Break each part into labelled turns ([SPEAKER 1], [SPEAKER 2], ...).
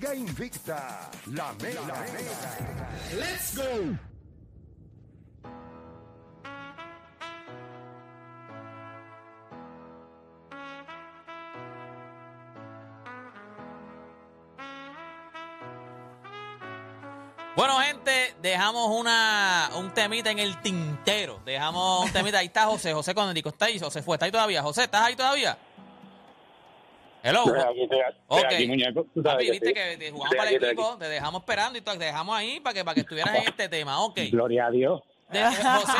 [SPEAKER 1] Liga Invicta, la mega.
[SPEAKER 2] Let's go.
[SPEAKER 3] Bueno, gente, dejamos una, un temita en el tintero. Dejamos un temita. Ahí está José. José Conérico está ahí. José fue. ¿Está ahí todavía? José, ¿estás ahí todavía? Hello.
[SPEAKER 4] Estoy aquí, estoy aquí, estoy
[SPEAKER 3] Ok.
[SPEAKER 4] aquí, muñeco. Tú sabes
[SPEAKER 3] Papi,
[SPEAKER 4] que
[SPEAKER 3] viste
[SPEAKER 4] sí.
[SPEAKER 3] que te jugamos
[SPEAKER 4] Estoy
[SPEAKER 3] para
[SPEAKER 4] aquí,
[SPEAKER 3] el
[SPEAKER 4] estoy aquí.
[SPEAKER 3] equipo, te dejamos esperando y te dejamos ahí para que, para que estuvieras en este tema. Ok.
[SPEAKER 4] Gloria a Dios.
[SPEAKER 3] De- eh, José,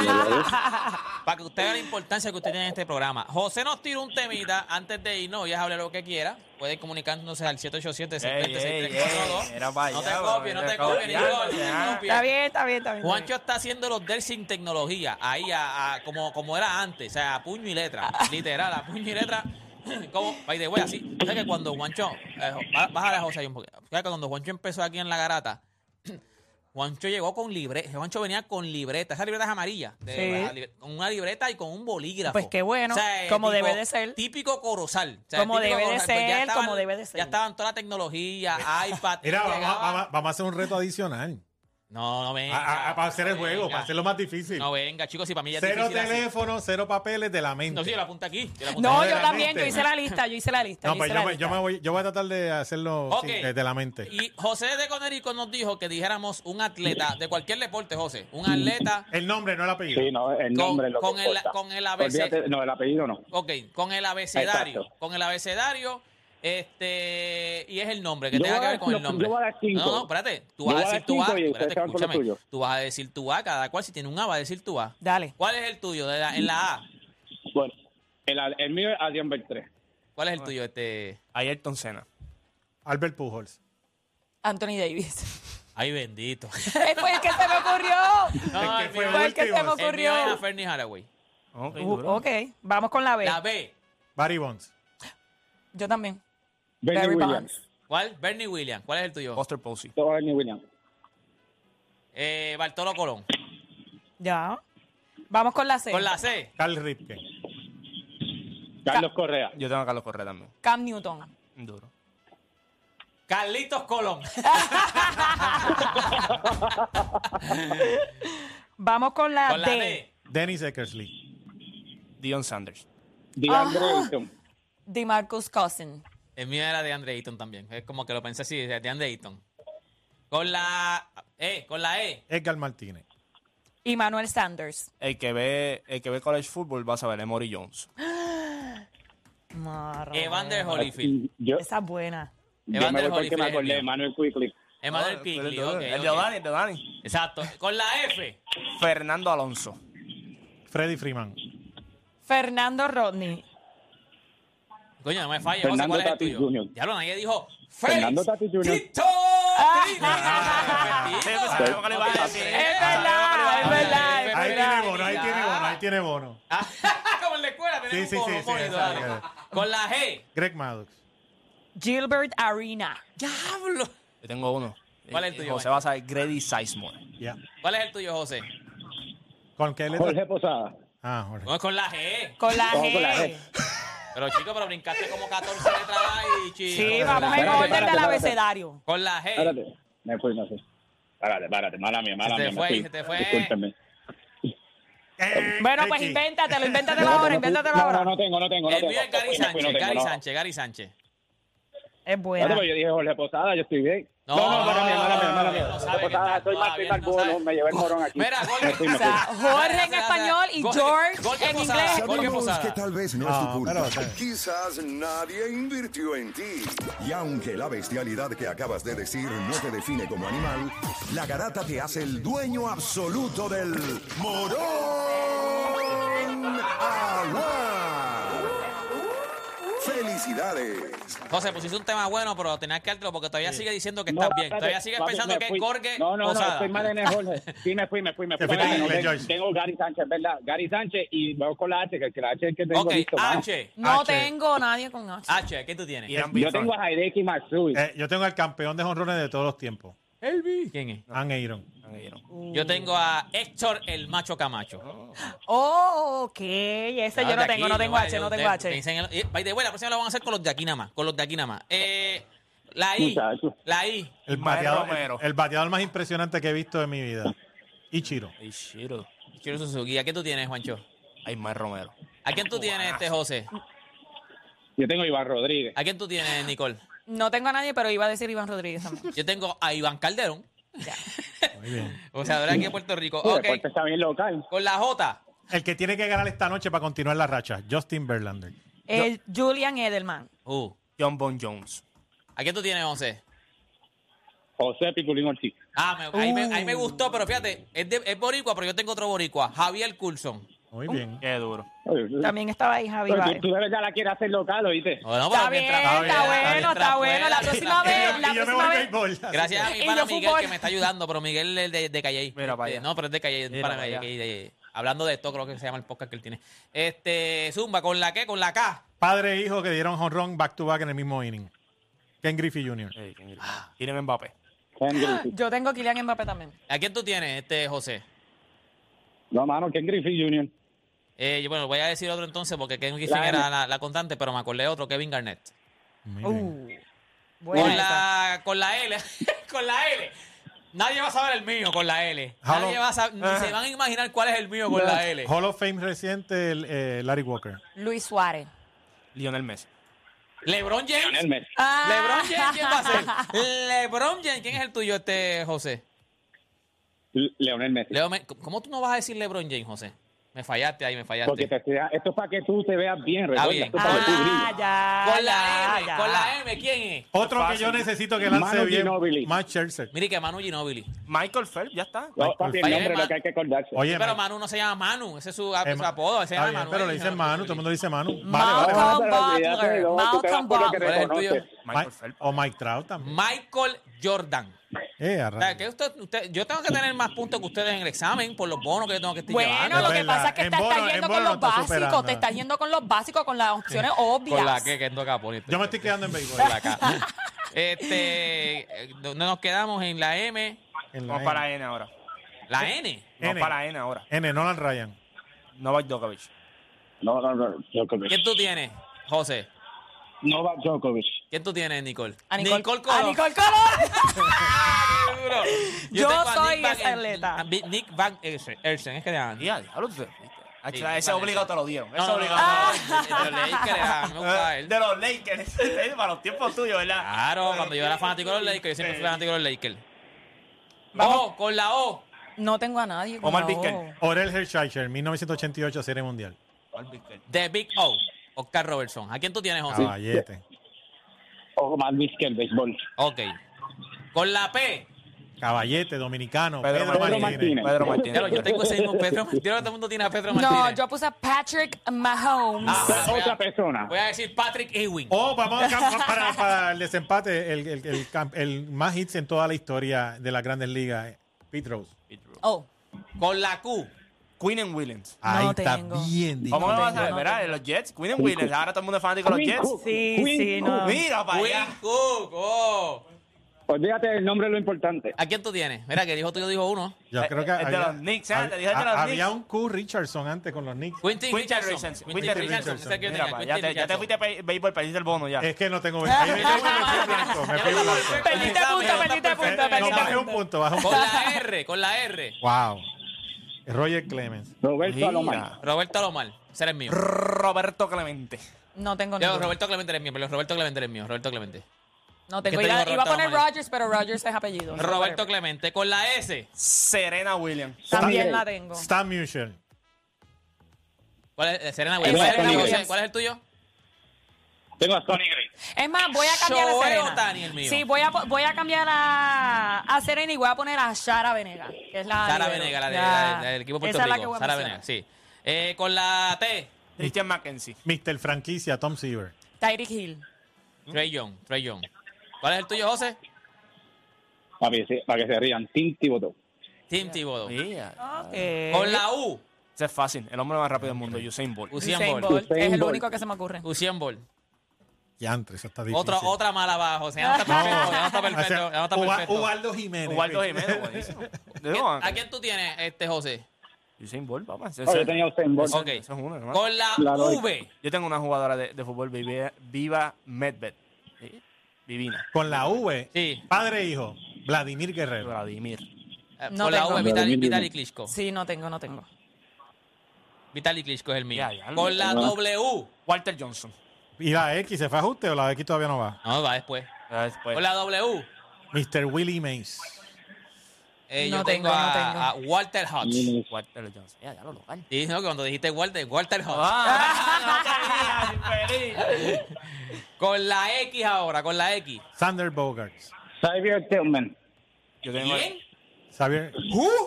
[SPEAKER 3] para que usted vea la importancia que usted tiene en este programa. José nos tira un temita antes de irnos. Ya hable lo que quiera. Puede comunicándose al 787 506
[SPEAKER 5] era para
[SPEAKER 3] No te
[SPEAKER 5] allá,
[SPEAKER 3] copies, no
[SPEAKER 5] era
[SPEAKER 3] te copies,
[SPEAKER 5] copiando,
[SPEAKER 3] Nicole, no
[SPEAKER 5] ya.
[SPEAKER 3] te copies.
[SPEAKER 6] Está bien, está bien, está bien.
[SPEAKER 3] Juancho está haciendo los del sin tecnología, ahí a- a- como, como era antes, o sea, a puño y letra, literal, a puño y letra. Como, by the way, así. O sea que cuando Juancho, eh, bá- bájale a José ahí un poquito. O sea que cuando Juancho empezó aquí en la garata, Juancho llegó con libreta, Juancho venía con libreta, esa libreta es amarilla, de-
[SPEAKER 6] Sí.
[SPEAKER 3] la libre- con una libreta y con un bolígrafo.
[SPEAKER 6] Pues qué bueno,
[SPEAKER 3] eh,
[SPEAKER 6] como debe de ser.
[SPEAKER 3] Típico corozal. o sea,
[SPEAKER 6] Como
[SPEAKER 3] típico
[SPEAKER 6] debe de
[SPEAKER 3] corozal, pues ya
[SPEAKER 6] ser, como debe de ser.
[SPEAKER 3] Ya estaban toda la tecnología, iPad.
[SPEAKER 7] Mira,
[SPEAKER 3] llegaba-
[SPEAKER 7] vamos, a-
[SPEAKER 3] Eh,
[SPEAKER 7] vamos a- vamos a hacer un reto adicional.
[SPEAKER 3] No, no
[SPEAKER 7] A-
[SPEAKER 3] venga.
[SPEAKER 7] a- a- para hacer el juego,
[SPEAKER 3] venga.
[SPEAKER 7] para hacerlo más difícil.
[SPEAKER 3] Eh, No, venga, chicos, si para mí ya es
[SPEAKER 7] cero
[SPEAKER 3] difícil así.
[SPEAKER 7] teléfono, cero papeles de la mente.
[SPEAKER 3] No, sí, yo la apunta aquí. yo la apunté
[SPEAKER 6] No,
[SPEAKER 7] de
[SPEAKER 3] aquí.
[SPEAKER 6] yo
[SPEAKER 7] la
[SPEAKER 6] también, yo
[SPEAKER 7] mente.
[SPEAKER 6] hice la lista, yo hice la lista.
[SPEAKER 7] No,
[SPEAKER 6] yo
[SPEAKER 7] pues
[SPEAKER 6] hice
[SPEAKER 7] yo,
[SPEAKER 6] la
[SPEAKER 7] me-
[SPEAKER 6] lista.
[SPEAKER 7] yo me voy, yo voy a tratar de hacerlo
[SPEAKER 3] Ok.
[SPEAKER 7] sí, desde la mente.
[SPEAKER 3] Y José de Conérico nos dijo que dijéramos un atleta de cualquier deporte, José. Un atleta.
[SPEAKER 7] El nombre, no el apellido.
[SPEAKER 4] Sí, no, el
[SPEAKER 3] Con-
[SPEAKER 4] nombre es lo
[SPEAKER 3] con
[SPEAKER 4] que
[SPEAKER 3] el-
[SPEAKER 4] importa.
[SPEAKER 3] con el ABC.
[SPEAKER 4] Olvídate- no, el apellido no.
[SPEAKER 3] Ok, con el abecedario.
[SPEAKER 4] Exacto.
[SPEAKER 3] Con el abecedario. Este. Y es el nombre, que
[SPEAKER 4] Yo
[SPEAKER 3] tenga
[SPEAKER 4] voy
[SPEAKER 3] que
[SPEAKER 4] a
[SPEAKER 3] ver
[SPEAKER 4] dar-
[SPEAKER 3] con el
[SPEAKER 4] yo
[SPEAKER 3] nombre.
[SPEAKER 4] voy a dar cinco.
[SPEAKER 3] No, no, espérate. Tú
[SPEAKER 4] Yo
[SPEAKER 3] vas
[SPEAKER 4] voy
[SPEAKER 3] a
[SPEAKER 4] a dar
[SPEAKER 3] decir tú A.
[SPEAKER 4] cinco y ustedes
[SPEAKER 3] Espérate,
[SPEAKER 4] se van con lo
[SPEAKER 3] escúchame.
[SPEAKER 4] suyo.
[SPEAKER 3] Tú vas a decir tú A. Cada cual, si tiene un A, va a decir tú A.
[SPEAKER 6] Dale.
[SPEAKER 3] ¿Cuál es el tuyo de la- en la A?
[SPEAKER 4] Bueno, el, el mío es Adrián Beltré.
[SPEAKER 3] ¿Cuál es el tuyo? Este.
[SPEAKER 5] Ayrton Senna.
[SPEAKER 7] Albert Pujols.
[SPEAKER 6] Anthony Davis.
[SPEAKER 3] Ay, bendito.
[SPEAKER 6] Ese fue el que se me ocurrió.
[SPEAKER 3] No, el
[SPEAKER 7] fue
[SPEAKER 3] mío-
[SPEAKER 6] Fue el que se me
[SPEAKER 7] último.
[SPEAKER 3] el mío era
[SPEAKER 6] ocurrió.
[SPEAKER 3] Fernie Haraway.
[SPEAKER 5] Ok,
[SPEAKER 6] Uh,
[SPEAKER 5] duro.
[SPEAKER 6] ok, vamos con la B.
[SPEAKER 3] La B.
[SPEAKER 7] Barry Bonds.
[SPEAKER 6] Yo también.
[SPEAKER 4] Bernie
[SPEAKER 6] Barry
[SPEAKER 4] Williams.
[SPEAKER 3] ¿Cuál? Bernie Williams. ¿Cuál es el tuyo?
[SPEAKER 5] Buster Posey.
[SPEAKER 4] Todo Bernie Williams.
[SPEAKER 3] Eh, Bartolo Colón.
[SPEAKER 6] Ya. Vamos con la C.
[SPEAKER 3] Con la C.
[SPEAKER 7] Carl Ripken.
[SPEAKER 4] Carlos Correa.
[SPEAKER 5] Yo tengo a Carlos Correa también.
[SPEAKER 6] Cam Newton.
[SPEAKER 5] Duro.
[SPEAKER 3] Carlitos Colón.
[SPEAKER 6] Vamos con la,
[SPEAKER 3] Con la
[SPEAKER 6] D.
[SPEAKER 3] D.
[SPEAKER 7] Dennis Eckersley.
[SPEAKER 5] Dion Sanders.
[SPEAKER 6] Ah.
[SPEAKER 4] DeAndre Ayton.
[SPEAKER 6] De Marcus Cousin.
[SPEAKER 3] El mío era de Andre Ayton también. Es como que lo pensé así, de Andre Ayton. Con la E, con la E.
[SPEAKER 7] Edgar Martínez.
[SPEAKER 6] Y Manuel Sanders.
[SPEAKER 5] El que ve, el que ve college football va a saber, Emory Jones.
[SPEAKER 7] Ah,
[SPEAKER 3] Evander Holyfield.
[SPEAKER 4] Yo,
[SPEAKER 6] Esa es buena.
[SPEAKER 4] yo me
[SPEAKER 3] Evander
[SPEAKER 4] voy porque
[SPEAKER 3] Holyfield
[SPEAKER 4] me
[SPEAKER 3] es
[SPEAKER 4] acordé
[SPEAKER 3] mío.
[SPEAKER 4] de Manuel Quickly.
[SPEAKER 3] Emanuel
[SPEAKER 5] Ah,
[SPEAKER 3] Quigley.
[SPEAKER 5] pero-
[SPEAKER 3] ok,
[SPEAKER 5] El
[SPEAKER 3] ok.
[SPEAKER 5] de Dani, el de Dani.
[SPEAKER 3] Exacto. Con la F.
[SPEAKER 5] Fernando Alonso.
[SPEAKER 7] Freddy Freeman.
[SPEAKER 6] Fernando Rodney.
[SPEAKER 3] Coño, no me falla. José,
[SPEAKER 4] Fernando
[SPEAKER 3] ¿cuál es el
[SPEAKER 4] Tatis
[SPEAKER 3] tuyo?
[SPEAKER 4] Jr..
[SPEAKER 3] Ya lo nadie dijo.
[SPEAKER 4] Fernando
[SPEAKER 3] Félix
[SPEAKER 4] Tatis Jr..
[SPEAKER 3] Tito Trinidad.
[SPEAKER 7] Ah.
[SPEAKER 3] Bendito.
[SPEAKER 5] Sí, sabemos que le va a decir.
[SPEAKER 6] Es verdad, es verdad, es
[SPEAKER 7] Ahí
[SPEAKER 6] verdad.
[SPEAKER 7] tiene bono, ahí tiene bono, ahí tiene bono.
[SPEAKER 3] Ah, Como en la escuela, tenemos
[SPEAKER 7] Sí,
[SPEAKER 3] un
[SPEAKER 7] sí, sí,
[SPEAKER 3] bono, un
[SPEAKER 7] sí,
[SPEAKER 3] bonito,
[SPEAKER 7] exacto.
[SPEAKER 3] dale. Con la G.
[SPEAKER 7] Greg Maddox.
[SPEAKER 6] Gilbert Arena.
[SPEAKER 3] Diablo.
[SPEAKER 5] Yo tengo uno. Eh,
[SPEAKER 3] ¿Cuál es el tuyo,
[SPEAKER 5] José va a saber, Grady Sizemore.
[SPEAKER 7] Ya.
[SPEAKER 3] ¿Cuál es el tuyo, José?
[SPEAKER 7] ¿Con qué letra?
[SPEAKER 4] Jorge Posada.
[SPEAKER 7] Ah, Jorge.
[SPEAKER 3] No, con la G.
[SPEAKER 6] Con la
[SPEAKER 4] Vamos con la
[SPEAKER 6] G.
[SPEAKER 4] G.
[SPEAKER 3] Pero chico, pero brincaste como 14 letras ahí, chico.
[SPEAKER 6] Sí, vamos
[SPEAKER 4] Espérate,
[SPEAKER 6] en orden
[SPEAKER 4] espérate,
[SPEAKER 6] del
[SPEAKER 4] espérate.
[SPEAKER 6] abecedario.
[SPEAKER 3] Con la G.
[SPEAKER 4] Párate. Me fui, me fui. Párate, párate. Mala mía, mala
[SPEAKER 3] Se te
[SPEAKER 4] mía. me
[SPEAKER 3] fue,
[SPEAKER 4] fui.
[SPEAKER 3] se te fue.
[SPEAKER 4] Discúlpenme.
[SPEAKER 7] Eh,
[SPEAKER 6] Bueno, pues
[SPEAKER 7] Ricky.
[SPEAKER 6] invéntatelo, invéntatelo ahora, invéntatelo
[SPEAKER 4] No, no,
[SPEAKER 6] ahora.
[SPEAKER 4] no tengo, no tengo. no
[SPEAKER 3] El
[SPEAKER 4] tengo.
[SPEAKER 3] mío es Gary
[SPEAKER 4] Me fui, me
[SPEAKER 3] Sánchez,
[SPEAKER 4] fui, no pues tengo,
[SPEAKER 3] Gary
[SPEAKER 4] no.
[SPEAKER 3] Sánchez, Gary Sánchez.
[SPEAKER 6] Es
[SPEAKER 4] Claro,
[SPEAKER 6] buena.
[SPEAKER 4] pero yo dije Jorge Posada, yo estoy bien.
[SPEAKER 3] No,
[SPEAKER 4] No, no, mala mía, mala mía, mala mía.
[SPEAKER 3] no sabe que
[SPEAKER 4] Ah,
[SPEAKER 3] está-
[SPEAKER 4] soy
[SPEAKER 3] todavía
[SPEAKER 4] Maxi
[SPEAKER 3] él no
[SPEAKER 4] Carbono,
[SPEAKER 3] sabe.
[SPEAKER 4] me llevé el morón aquí.
[SPEAKER 3] Mira, gol.
[SPEAKER 4] Me fui, me
[SPEAKER 6] O sea,
[SPEAKER 4] fui.
[SPEAKER 6] Jorge en español
[SPEAKER 3] Gol-
[SPEAKER 6] y
[SPEAKER 3] gol
[SPEAKER 6] George
[SPEAKER 3] que
[SPEAKER 6] en
[SPEAKER 3] posada, gol
[SPEAKER 6] inglés.
[SPEAKER 3] que
[SPEAKER 1] Sabemos
[SPEAKER 3] posada.
[SPEAKER 1] que tal vez no, es
[SPEAKER 7] No,
[SPEAKER 1] tu culpa.
[SPEAKER 7] pero, o sea,
[SPEAKER 1] Quizás nadie invirtió en ti. Y aunque la bestialidad que acabas de decir no te define como animal, la garata te hace el dueño absoluto del morón agua. ¡Felicidades!
[SPEAKER 3] José, pusiste un tema bueno, pero tenías que dártelo porque todavía sigue diciendo que estás
[SPEAKER 4] No,
[SPEAKER 3] bien.
[SPEAKER 4] espérate,
[SPEAKER 3] Todavía sigues
[SPEAKER 4] papi,
[SPEAKER 3] pensando
[SPEAKER 4] me
[SPEAKER 3] que es
[SPEAKER 4] fui.
[SPEAKER 3] Jorge
[SPEAKER 4] No, no, no,
[SPEAKER 3] Posada.
[SPEAKER 4] estoy mal en el Jorge. Sí, me fui, me fui, me
[SPEAKER 7] Te
[SPEAKER 4] fui.
[SPEAKER 7] fuiste
[SPEAKER 4] Espérate,
[SPEAKER 7] libre,
[SPEAKER 4] tengo-
[SPEAKER 7] Joyce.
[SPEAKER 4] Tengo Gary Sánchez, ¿verdad? Gary Sánchez y veo con la H, que, que la H es el que tengo
[SPEAKER 3] ok,
[SPEAKER 4] listo. mano.
[SPEAKER 3] H. Ah.
[SPEAKER 6] No
[SPEAKER 7] H.
[SPEAKER 6] tengo nadie con H.
[SPEAKER 3] H, ¿qué tú tienes?
[SPEAKER 5] Irán
[SPEAKER 4] Yo
[SPEAKER 5] Bifar.
[SPEAKER 4] tengo a Jaireki Matsui.
[SPEAKER 7] Eh, yo tengo al campeón de jonrones de todos los tiempos,
[SPEAKER 3] ¿Quién es?
[SPEAKER 7] Ann Aaron.
[SPEAKER 3] Yo tengo a Héctor el Macho Camacho.
[SPEAKER 6] Oh, ok. Ese yo
[SPEAKER 3] Ah,
[SPEAKER 6] no
[SPEAKER 3] de
[SPEAKER 6] tengo,
[SPEAKER 3] aquí,
[SPEAKER 6] no tengo H, no
[SPEAKER 3] de-
[SPEAKER 6] tengo
[SPEAKER 3] de-
[SPEAKER 6] H.
[SPEAKER 3] piensen en el- eh, by the way, la próxima la van a hacer con los de aquí nada más. Con los de aquí nada más. Eh, la I.
[SPEAKER 4] Muchacho.
[SPEAKER 3] La I.
[SPEAKER 7] El
[SPEAKER 5] Ismael
[SPEAKER 7] bateador,
[SPEAKER 5] Romero.
[SPEAKER 7] el, el bateador más impresionante que he visto en mi vida. Ichiro.
[SPEAKER 5] Ishiro.
[SPEAKER 3] Quiero Suzuki. ¿A qué tú tienes, Juancho?
[SPEAKER 5] Ay, Mar Romero.
[SPEAKER 3] ¿A quién tú tienes, este José?
[SPEAKER 4] Yo tengo a Iván Rodríguez.
[SPEAKER 3] ¿A quién tú tienes, Nicole?
[SPEAKER 6] No tengo a nadie, pero iba a decir Iván Rodríguez también.
[SPEAKER 3] Yo tengo a Iván Calderón.
[SPEAKER 7] Muy bien.
[SPEAKER 3] O sea, ahora aquí en Puerto Rico.
[SPEAKER 4] El
[SPEAKER 3] Ok.
[SPEAKER 4] deporte está bien local.
[SPEAKER 3] Con la J.
[SPEAKER 7] El que tiene que ganar esta noche para continuar la racha, Justin Verlander.
[SPEAKER 6] El Eh, Julian Edelman.
[SPEAKER 3] Uh.
[SPEAKER 5] John Bon Jones.
[SPEAKER 3] ¿A quién tú tienes, José?
[SPEAKER 4] José Piculín Ortiz.
[SPEAKER 3] Ah, me- ahí, me, ahí me gustó, pero fíjate, es, de- es boricua, pero yo tengo otro boricua, Javier Coulson.
[SPEAKER 7] Muy
[SPEAKER 3] Uh,
[SPEAKER 7] bien.
[SPEAKER 5] Qué duro.
[SPEAKER 4] Oye, tú-
[SPEAKER 6] También estaba ahí Javi
[SPEAKER 4] Tú,
[SPEAKER 6] Baez.
[SPEAKER 4] tú de verdad la quieres hacer local, ¿oíste?
[SPEAKER 3] Bueno,
[SPEAKER 6] Está
[SPEAKER 3] pero
[SPEAKER 6] bien,
[SPEAKER 3] mientras-
[SPEAKER 6] está
[SPEAKER 3] mientras
[SPEAKER 6] bueno, está bueno. La
[SPEAKER 3] pueda,
[SPEAKER 6] próxima
[SPEAKER 3] mientras-
[SPEAKER 6] vez, la
[SPEAKER 7] y yo me
[SPEAKER 6] próxima
[SPEAKER 7] voy
[SPEAKER 6] vez.
[SPEAKER 7] a béisbol.
[SPEAKER 3] Gracias a mi
[SPEAKER 6] Y
[SPEAKER 3] pana
[SPEAKER 6] yo
[SPEAKER 3] Miguel
[SPEAKER 6] fútbol.
[SPEAKER 3] que me está ayudando, pero Miguel es de, de Calle.
[SPEAKER 5] Mira pa'
[SPEAKER 3] Este,
[SPEAKER 5] allá.
[SPEAKER 3] No, pero es de Calle.
[SPEAKER 5] Mira
[SPEAKER 3] pana
[SPEAKER 5] pa'
[SPEAKER 3] Calle,
[SPEAKER 5] allá.
[SPEAKER 3] que- de- eh, hablando de esto, creo que se llama el podcast que él tiene. Este, Zumba, ¿con la qué? Con la K.
[SPEAKER 7] Padre e hijo que dieron jonrón back to back en el mismo inning. Ken Griffey Jr.
[SPEAKER 5] Ey, ¿quién gritó? Irene Mbappé.
[SPEAKER 4] Ken Griffey.
[SPEAKER 6] Yo tengo a Kylian Mbappé también.
[SPEAKER 3] ¿A quién tú tienes, este José?
[SPEAKER 4] No, mano, Ken Griffey Jr.
[SPEAKER 3] Eh, yo, bueno, voy a decir otro entonces porque Ken Griffin
[SPEAKER 4] La M.
[SPEAKER 3] era la, la constante, pero me acordé de otro, Kevin Garnett.
[SPEAKER 7] Muy bien.
[SPEAKER 6] Uh,
[SPEAKER 3] Con
[SPEAKER 6] buena
[SPEAKER 3] la, con la L, con la L. Nadie va a saber el mío con la L.
[SPEAKER 7] Hello.
[SPEAKER 3] Nadie va a saber, ni se van a imaginar cuál es el mío con la L.
[SPEAKER 7] Hall of Fame reciente, el, eh, Larry Walker.
[SPEAKER 6] esa. Luis Suárez.
[SPEAKER 5] Lionel Messi.
[SPEAKER 3] LeBron
[SPEAKER 4] Lionel
[SPEAKER 3] James.
[SPEAKER 4] Messi.
[SPEAKER 6] Ah.
[SPEAKER 3] LeBron James, ¿quién va a ser? LeBron James, ¿quién es el tuyo, este José?
[SPEAKER 4] L- Leonel Messi.
[SPEAKER 3] Leo, me- ¿cómo tú no vas a decir LeBron James, José? Me fallaste ahí, me
[SPEAKER 4] Porque
[SPEAKER 3] fallaste.
[SPEAKER 4] te, te- esto es para que tú te veas bien, recuerda.
[SPEAKER 3] bien.
[SPEAKER 4] Esto es para que tú brilles.
[SPEAKER 6] Ah, ya.
[SPEAKER 3] Con la
[SPEAKER 6] ya,
[SPEAKER 3] M,
[SPEAKER 6] ya.
[SPEAKER 3] con la M, ¿quién es?
[SPEAKER 7] Otro
[SPEAKER 5] Fácil.
[SPEAKER 7] que yo necesito que
[SPEAKER 4] Manu
[SPEAKER 7] lance bien.
[SPEAKER 4] Ginobili.
[SPEAKER 7] Matt Scherzer.
[SPEAKER 3] Mire que Manu Ginobili.
[SPEAKER 5] Michael Phelps, ya está.
[SPEAKER 4] No, papi, el
[SPEAKER 3] Oye,
[SPEAKER 4] nombre es
[SPEAKER 3] ma-
[SPEAKER 4] lo que hay que acordarse.
[SPEAKER 7] Oye,
[SPEAKER 3] pero
[SPEAKER 7] Manu,
[SPEAKER 3] Manu no se llama Manu, ese es su,
[SPEAKER 7] eh,
[SPEAKER 3] su apodo, se
[SPEAKER 7] está
[SPEAKER 3] llama
[SPEAKER 7] bien,
[SPEAKER 3] Manu.
[SPEAKER 7] Pero le
[SPEAKER 3] eh,
[SPEAKER 7] dicen Manu, todo el mundo le dice Manu. Vale, vale, vale.
[SPEAKER 6] Malcolm
[SPEAKER 4] Pero olvídate,
[SPEAKER 6] Butler.
[SPEAKER 4] no, tú te vas
[SPEAKER 6] Malcolm
[SPEAKER 4] por lo que
[SPEAKER 6] Butler.
[SPEAKER 3] reconoce.
[SPEAKER 4] reconoces.
[SPEAKER 5] Michael
[SPEAKER 7] Ma-
[SPEAKER 5] Phelps.
[SPEAKER 7] O Mike Trout también.
[SPEAKER 3] Michael Jordan.
[SPEAKER 7] Eh, a
[SPEAKER 3] O sea,
[SPEAKER 7] rayos.
[SPEAKER 3] que usted, usted- yo tengo que tener más puntos que ustedes en el examen por los bonos que yo tengo que estar llevando.
[SPEAKER 6] Bueno, lo que
[SPEAKER 7] Novela.
[SPEAKER 6] pasa es que
[SPEAKER 7] En
[SPEAKER 6] te
[SPEAKER 7] bono-
[SPEAKER 6] estás
[SPEAKER 7] en
[SPEAKER 6] yendo
[SPEAKER 7] bono
[SPEAKER 6] con
[SPEAKER 7] no
[SPEAKER 6] los
[SPEAKER 7] está superando.
[SPEAKER 6] básicos, te estás yendo con los básicos, con las opciones obvias.
[SPEAKER 3] Con la que, que toca poner.
[SPEAKER 7] Yo me estoy quedando en béisbol.
[SPEAKER 3] Con la K. Este, eh, no nos quedamos en la M,
[SPEAKER 7] En la
[SPEAKER 5] Vamos para N ahora.
[SPEAKER 3] la N.
[SPEAKER 7] N.
[SPEAKER 5] Vamos para N ahora.
[SPEAKER 7] N, Nolan Ryan.
[SPEAKER 5] Novak Djokovic.
[SPEAKER 4] No, no, no, Djokovic.
[SPEAKER 3] ¿Quién tú tienes, José?
[SPEAKER 4] Novak Djokovic.
[SPEAKER 3] ¿Quién tú tienes, Nicole?
[SPEAKER 6] A Nicole,
[SPEAKER 3] Colón.
[SPEAKER 6] a Nicole Colón.
[SPEAKER 3] ¡Ah, qué duro!
[SPEAKER 6] Yo
[SPEAKER 3] tengo a
[SPEAKER 6] soy
[SPEAKER 3] Nick Van-
[SPEAKER 6] esa atleta.
[SPEAKER 3] a Nick- Nick Van Ersen, Ersen, es que le dan.
[SPEAKER 5] Ya, diablo, tú te fuiste. Ah,
[SPEAKER 3] Sí,
[SPEAKER 5] chula, Ese
[SPEAKER 3] vale.
[SPEAKER 5] obligado te lo dieron.
[SPEAKER 3] No,
[SPEAKER 5] Ese
[SPEAKER 3] no, no,
[SPEAKER 5] obligado.
[SPEAKER 3] no, de los Lakers, ah, me gusta
[SPEAKER 5] Eh,
[SPEAKER 3] él.
[SPEAKER 5] De los Lakers. Para los tiempos tuyos, ¿verdad?
[SPEAKER 3] Claro, cuando yo era fanático de los Lakers, yo siempre fui fanático de los Lakers. Vamos con la O.
[SPEAKER 6] No tengo a nadie. con
[SPEAKER 5] Omar
[SPEAKER 6] la
[SPEAKER 5] Vizquel.
[SPEAKER 6] O.
[SPEAKER 7] Orel Hershiser, 1988, Serie Mundial.
[SPEAKER 3] The Big O. Oscar Robertson. ¿A quién tú tienes, José?
[SPEAKER 7] Caballete.
[SPEAKER 4] Ojo más Luis que el béisbol.
[SPEAKER 3] Ok. Con la P.
[SPEAKER 7] Caballete, dominicano.
[SPEAKER 5] Pedro
[SPEAKER 7] Pedro,
[SPEAKER 5] Martínez.
[SPEAKER 4] Martínez.
[SPEAKER 7] Martínez.
[SPEAKER 5] Pedro
[SPEAKER 3] Pero yo
[SPEAKER 5] Martínez.
[SPEAKER 3] tengo ese mismo Pedro Martínez. Todo el mundo tiene a Pedro
[SPEAKER 6] No,
[SPEAKER 3] Martínez.
[SPEAKER 6] yo puse a Patrick Mahomes.
[SPEAKER 3] Ah, voy a-
[SPEAKER 4] Otra persona.
[SPEAKER 3] Voy a decir Patrick Ewing.
[SPEAKER 7] Oh, vamos a cam- para, para el desempate, el, el- el cam- el más hits en toda la historia de las grandes ligas, Pete Rose.
[SPEAKER 6] Oh,
[SPEAKER 3] Con la Q.
[SPEAKER 5] Queen and Williams.
[SPEAKER 7] Ahí está
[SPEAKER 6] tengo.
[SPEAKER 7] bien dicho.
[SPEAKER 5] ¿Cómo no vas
[SPEAKER 6] tengo,
[SPEAKER 5] a ver?
[SPEAKER 6] no
[SPEAKER 5] ¿Verdad? Los Jets. Queen and Williams. Ahora todo el mundo es fanático de los
[SPEAKER 4] Queen
[SPEAKER 5] Jets.
[SPEAKER 4] Cook.
[SPEAKER 6] sí,
[SPEAKER 4] Queen
[SPEAKER 6] sí,
[SPEAKER 4] Cook.
[SPEAKER 6] no.
[SPEAKER 5] Mira para
[SPEAKER 3] Queen
[SPEAKER 5] allá.
[SPEAKER 3] Cook. Oh.
[SPEAKER 4] Olvídate del Pues nombre lo importante.
[SPEAKER 3] ¿A quién tú tienes? Mira, que dijo tú, yo digo uno.
[SPEAKER 7] Yo creo que
[SPEAKER 5] El de
[SPEAKER 7] había,
[SPEAKER 5] los Knicks, ¿eh? Te dije el de
[SPEAKER 7] hab-
[SPEAKER 5] los
[SPEAKER 7] había
[SPEAKER 5] Knicks.
[SPEAKER 7] un Q Richardson antes con los Knicks.
[SPEAKER 3] Quintin,
[SPEAKER 5] Quinton
[SPEAKER 3] Richardson.
[SPEAKER 5] Richardson.
[SPEAKER 3] Quintin
[SPEAKER 5] Quinton
[SPEAKER 3] Richardson.
[SPEAKER 7] Richardson.
[SPEAKER 3] ese es el que yo
[SPEAKER 5] Mira
[SPEAKER 3] tenía,
[SPEAKER 5] pa' allá.
[SPEAKER 3] Quintin
[SPEAKER 5] Ya te- Ya te
[SPEAKER 3] Richardson.
[SPEAKER 5] fuiste para béisbol, perdiste el bono ya.
[SPEAKER 7] Es que no tengo. ahí me- ahí me fui blanco, me fui blanco.
[SPEAKER 6] Perdiste punto, perdiste punto,
[SPEAKER 7] Eh, No
[SPEAKER 6] perdiste
[SPEAKER 7] bajé
[SPEAKER 6] punto.
[SPEAKER 7] un punto, bajé un
[SPEAKER 3] Con
[SPEAKER 7] punto.
[SPEAKER 3] la R, con la R.
[SPEAKER 7] Wow. Roger Clemens.
[SPEAKER 4] Roberto
[SPEAKER 5] Mira.
[SPEAKER 4] Alomar.
[SPEAKER 3] Roberto Alomar. Ese eres mío.
[SPEAKER 5] Roberto Clemente.
[SPEAKER 6] No tengo
[SPEAKER 3] Yo,
[SPEAKER 6] ninguno.
[SPEAKER 3] Roberto Clemente eres mío, pero Roberto Clemente eres mío, Roberto Clemente.
[SPEAKER 6] No tengo
[SPEAKER 3] ¿Qué te
[SPEAKER 6] idea.
[SPEAKER 3] digo,
[SPEAKER 6] Iba a poner
[SPEAKER 3] Roberto?
[SPEAKER 6] Rogers, pero Rogers es apellido.
[SPEAKER 3] Roberto Clemente con la S.
[SPEAKER 5] Serena Williams.
[SPEAKER 6] También la tengo.
[SPEAKER 7] Stan Musial.
[SPEAKER 3] ¿Cuál es? Eh, Serena Williams. ¿Cuál, es el
[SPEAKER 4] Anthony
[SPEAKER 3] tuyo?
[SPEAKER 6] Williams.
[SPEAKER 3] ¿Cuál es el tuyo?
[SPEAKER 4] Tengo a Sonny Gray.
[SPEAKER 6] Es más, voy a cambiar
[SPEAKER 3] Shohei
[SPEAKER 6] a Serena.
[SPEAKER 3] Ohtani, el mío.
[SPEAKER 6] Sí, voy a, po- voy a cambiar a, a Serena y voy a poner a Shara Venega. Que es la
[SPEAKER 3] Sara
[SPEAKER 6] libero.
[SPEAKER 3] Venega, la, de,
[SPEAKER 6] Ya.
[SPEAKER 3] la de- del equipo de Puerto
[SPEAKER 6] Esa es la que
[SPEAKER 3] Rico.
[SPEAKER 6] voy a
[SPEAKER 3] Sara
[SPEAKER 6] mencionar.
[SPEAKER 3] Venega, sí. Eh, con la T,
[SPEAKER 5] Christian McKenzie.
[SPEAKER 7] Mr. Franquicia, Tom Seaver.
[SPEAKER 6] Tyreek Hill.
[SPEAKER 3] Trey Young. Trey Young. ¿Cuál es el tuyo, José?
[SPEAKER 4] Papi, sí, para que se rían. Tim Thibodeau.
[SPEAKER 3] Tim Thibodeau.
[SPEAKER 5] Yeah.
[SPEAKER 3] Con la U,
[SPEAKER 5] Ese es fácil. El hombre más rápido del mundo, Usain Bolt.
[SPEAKER 3] Usain Bolt.
[SPEAKER 6] Bolt. Es
[SPEAKER 4] Usain
[SPEAKER 6] el
[SPEAKER 4] Bolt.
[SPEAKER 6] único que se me ocurre.
[SPEAKER 3] Usain Bolt.
[SPEAKER 7] Yantre, eso está difícil.
[SPEAKER 3] Otra, otra mala va, José. Ya no está perfecto. Ya no está
[SPEAKER 7] O sea,
[SPEAKER 3] perfecto. Ya no está
[SPEAKER 7] Uba-
[SPEAKER 3] perfecto.
[SPEAKER 7] Ubaldo Jiménez.
[SPEAKER 5] Ubaldo Jiménez, buenísimo. Yo digo,
[SPEAKER 3] ¿A quién tú tienes, este José?
[SPEAKER 5] Usain Bolt, papá. Ese-
[SPEAKER 4] Oh, yo tenía a Usain Bolt.
[SPEAKER 3] Ok.
[SPEAKER 5] ese es uno, hermano.
[SPEAKER 3] Con la
[SPEAKER 4] La lógica.
[SPEAKER 3] V. Eh,
[SPEAKER 5] Yo tengo una jugadora de, de fútbol viva, viva Medved. ¿Sí? Divina.
[SPEAKER 7] Con la V.
[SPEAKER 3] Sí.
[SPEAKER 7] Padre e hijo. Vladimir Guerrero.
[SPEAKER 5] Vladimir.
[SPEAKER 3] Eh,
[SPEAKER 6] No
[SPEAKER 3] con la
[SPEAKER 6] tengo.
[SPEAKER 3] V, Vitali, Vitali Klitschko.
[SPEAKER 6] Sí, no tengo, no tengo.
[SPEAKER 3] Vitali Klitschko es el mío.
[SPEAKER 5] Ya, ya,
[SPEAKER 3] con
[SPEAKER 5] no
[SPEAKER 3] la
[SPEAKER 4] tengo nada.
[SPEAKER 3] W.
[SPEAKER 5] Walter Johnson.
[SPEAKER 7] ¿Y la X se fue a ajuste o la X todavía no va?
[SPEAKER 3] No, va después.
[SPEAKER 5] Ah, después.
[SPEAKER 3] Con la W.
[SPEAKER 7] Mr. Willie Mays.
[SPEAKER 3] eh,
[SPEAKER 6] No
[SPEAKER 3] yo
[SPEAKER 6] tengo,
[SPEAKER 3] tengo, a,
[SPEAKER 6] no tengo.
[SPEAKER 3] a Walter Hodge.
[SPEAKER 5] Walter Johnson. Ya, ya lo local.
[SPEAKER 3] Sí, no, que cuando dijiste Walter, Walter Hodge.
[SPEAKER 5] Ah, no sabía, infeliz.
[SPEAKER 3] Con la X ahora, con la X.
[SPEAKER 7] Sander Bogarts.
[SPEAKER 4] Xavier Tillman.
[SPEAKER 5] Yo tengo,
[SPEAKER 3] ¿Quién?
[SPEAKER 7] Xavier,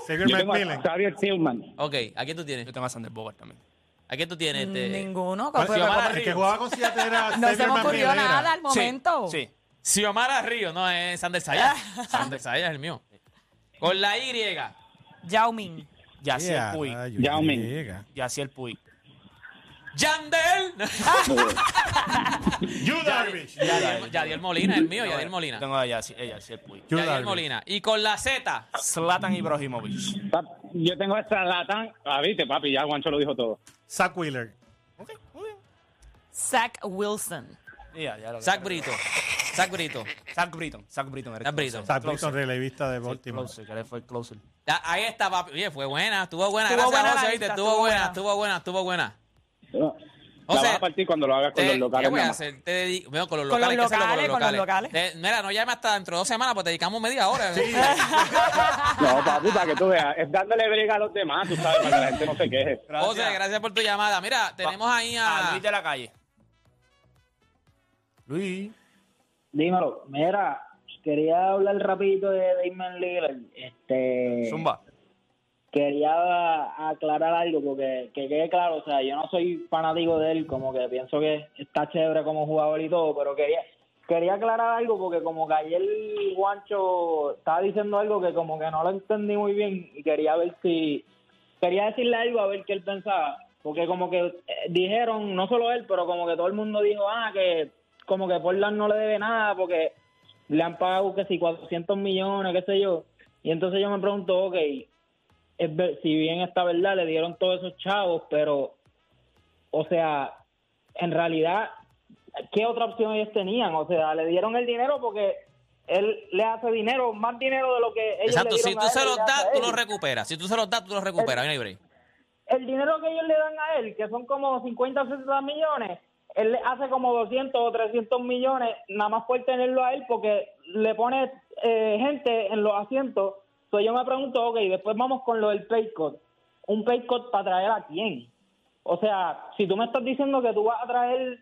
[SPEAKER 7] Xavier
[SPEAKER 4] Yo tengo
[SPEAKER 7] McMillan.
[SPEAKER 4] a Xavier Tillman.
[SPEAKER 3] Ok, ¿a quién tú tienes?
[SPEAKER 5] yo tengo a Sander Bogart también.
[SPEAKER 3] ¿A quién tú tienes? Este?
[SPEAKER 4] Ah,
[SPEAKER 6] Ninguno.
[SPEAKER 7] ¿Cuál-
[SPEAKER 6] ¿cómo-
[SPEAKER 3] Xiomara
[SPEAKER 7] cuál- el
[SPEAKER 3] Ríos.
[SPEAKER 7] que jugaba con Seattle era
[SPEAKER 6] No se
[SPEAKER 7] Xavier
[SPEAKER 6] me ocurrió
[SPEAKER 7] McMillan.
[SPEAKER 6] nada al momento.
[SPEAKER 5] Sí. sí.
[SPEAKER 3] Xiomara Río, no, es Sander Sayas. Sander Sayas es el mío. Con la Y.
[SPEAKER 6] Yao Ming.
[SPEAKER 5] Yaciel
[SPEAKER 7] Yeah,
[SPEAKER 5] Puig.
[SPEAKER 7] rayo,
[SPEAKER 4] Yao Ming.
[SPEAKER 7] llega.
[SPEAKER 5] Yaciel Puig.
[SPEAKER 3] Yandel.
[SPEAKER 7] Yu Darvish.
[SPEAKER 3] Yadiel, Yadiel Molina, el mío,
[SPEAKER 5] Yo
[SPEAKER 3] Yadiel
[SPEAKER 5] tengo-
[SPEAKER 3] Molina.
[SPEAKER 5] yo Tengo a Yaciel, eh, Yaciel Puig.
[SPEAKER 7] Yu
[SPEAKER 3] Yadiel
[SPEAKER 7] Darvish.
[SPEAKER 3] Molina. Y con la Z.
[SPEAKER 5] Zlatan Ibrahimovic.
[SPEAKER 4] Pap- Yo tengo a Zlatan. Ah, viste, papi, ya Juancho lo dijo todo.
[SPEAKER 7] Zach Wheeler.
[SPEAKER 5] Ok, muy bien.
[SPEAKER 6] Zach Wilson.
[SPEAKER 5] Ya, ya lo
[SPEAKER 3] Zach Brito. Zach Brito.
[SPEAKER 5] Zach Britton. Zach Britton. eres
[SPEAKER 3] Zach Britton.
[SPEAKER 5] closer.
[SPEAKER 7] Zach
[SPEAKER 5] Closer.
[SPEAKER 7] Wilson, relevista de
[SPEAKER 5] Sí,
[SPEAKER 7] Baltimore.
[SPEAKER 5] Closer, que él fue el closer.
[SPEAKER 3] Ya, Ahí está, papi. Oye, fue buena, estuvo buena.
[SPEAKER 6] Estuvo
[SPEAKER 3] Gracias,
[SPEAKER 6] buena la
[SPEAKER 3] José,
[SPEAKER 6] lista,
[SPEAKER 3] ¿viste? Estuvo
[SPEAKER 6] estuvo
[SPEAKER 3] buena,
[SPEAKER 6] buena.
[SPEAKER 3] estuvo buena, estuvo buena.
[SPEAKER 4] La
[SPEAKER 3] O sea,
[SPEAKER 4] vas a partir cuando lo hagas con
[SPEAKER 3] Te-
[SPEAKER 4] los locales.
[SPEAKER 3] ¿Qué voy a
[SPEAKER 4] nada más.
[SPEAKER 3] hacer? Te dedico, bueno, con los
[SPEAKER 6] Con los
[SPEAKER 3] locales, que hacerlo con los
[SPEAKER 6] locales, con los
[SPEAKER 3] locales. Te- mira, no llame hasta dentro de dos semanas, pues te dedicamos media hora.
[SPEAKER 4] No, papi, para que tú veas. Es dándole brega a los demás, tú sabes, para que la gente no se queje.
[SPEAKER 3] José, gracias por tu llamada. Mira, tenemos ahí
[SPEAKER 5] A
[SPEAKER 3] a...
[SPEAKER 5] Luis de la calle. Luis.
[SPEAKER 8] Dímelo, mira, quería hablar rapidito de Damon Lillard. Este,
[SPEAKER 5] Zumba.
[SPEAKER 8] Quería aclarar algo porque que quede claro, o sea, yo no soy fanático de él, como que pienso que está chévere como jugador y todo, pero quería quería aclarar algo porque como que ayer Guancho estaba diciendo algo que como que no lo entendí muy bien y quería ver si quería decirle algo a ver qué él pensaba, porque como que eh, dijeron, no solo él, pero como que todo el mundo dijo, ah, que como que Portland no le debe nada porque le han pagado que si 400 millones, qué sé yo. Y entonces yo me pregunto, ok, es ver- si bien está verdad, le dieron todos esos chavos, pero, o sea, en realidad, ¿qué otra opción ellos tenían? O sea, le dieron el dinero porque él le hace dinero, más dinero de lo que ellos
[SPEAKER 3] Exacto,
[SPEAKER 8] le dieron
[SPEAKER 3] si
[SPEAKER 8] a
[SPEAKER 3] tú
[SPEAKER 8] él,
[SPEAKER 3] se
[SPEAKER 8] él
[SPEAKER 3] los
[SPEAKER 8] le hace
[SPEAKER 3] das,
[SPEAKER 8] a
[SPEAKER 3] tú
[SPEAKER 8] él.
[SPEAKER 3] los recuperas. Si tú se los das, tú los recuperas. Mira, Ibrahim.
[SPEAKER 8] El dinero que ellos le dan a él, que son como 50 o 60 millones, él le hace como 200 o 300 millones, nada más por tenerlo a él, porque le pone eh, gente en los asientos. Entonces yo me pregunto, ok, después vamos con lo del pay cut. ¿Un pay cut para traer a quién? O sea, si tú me estás diciendo que tú vas a traer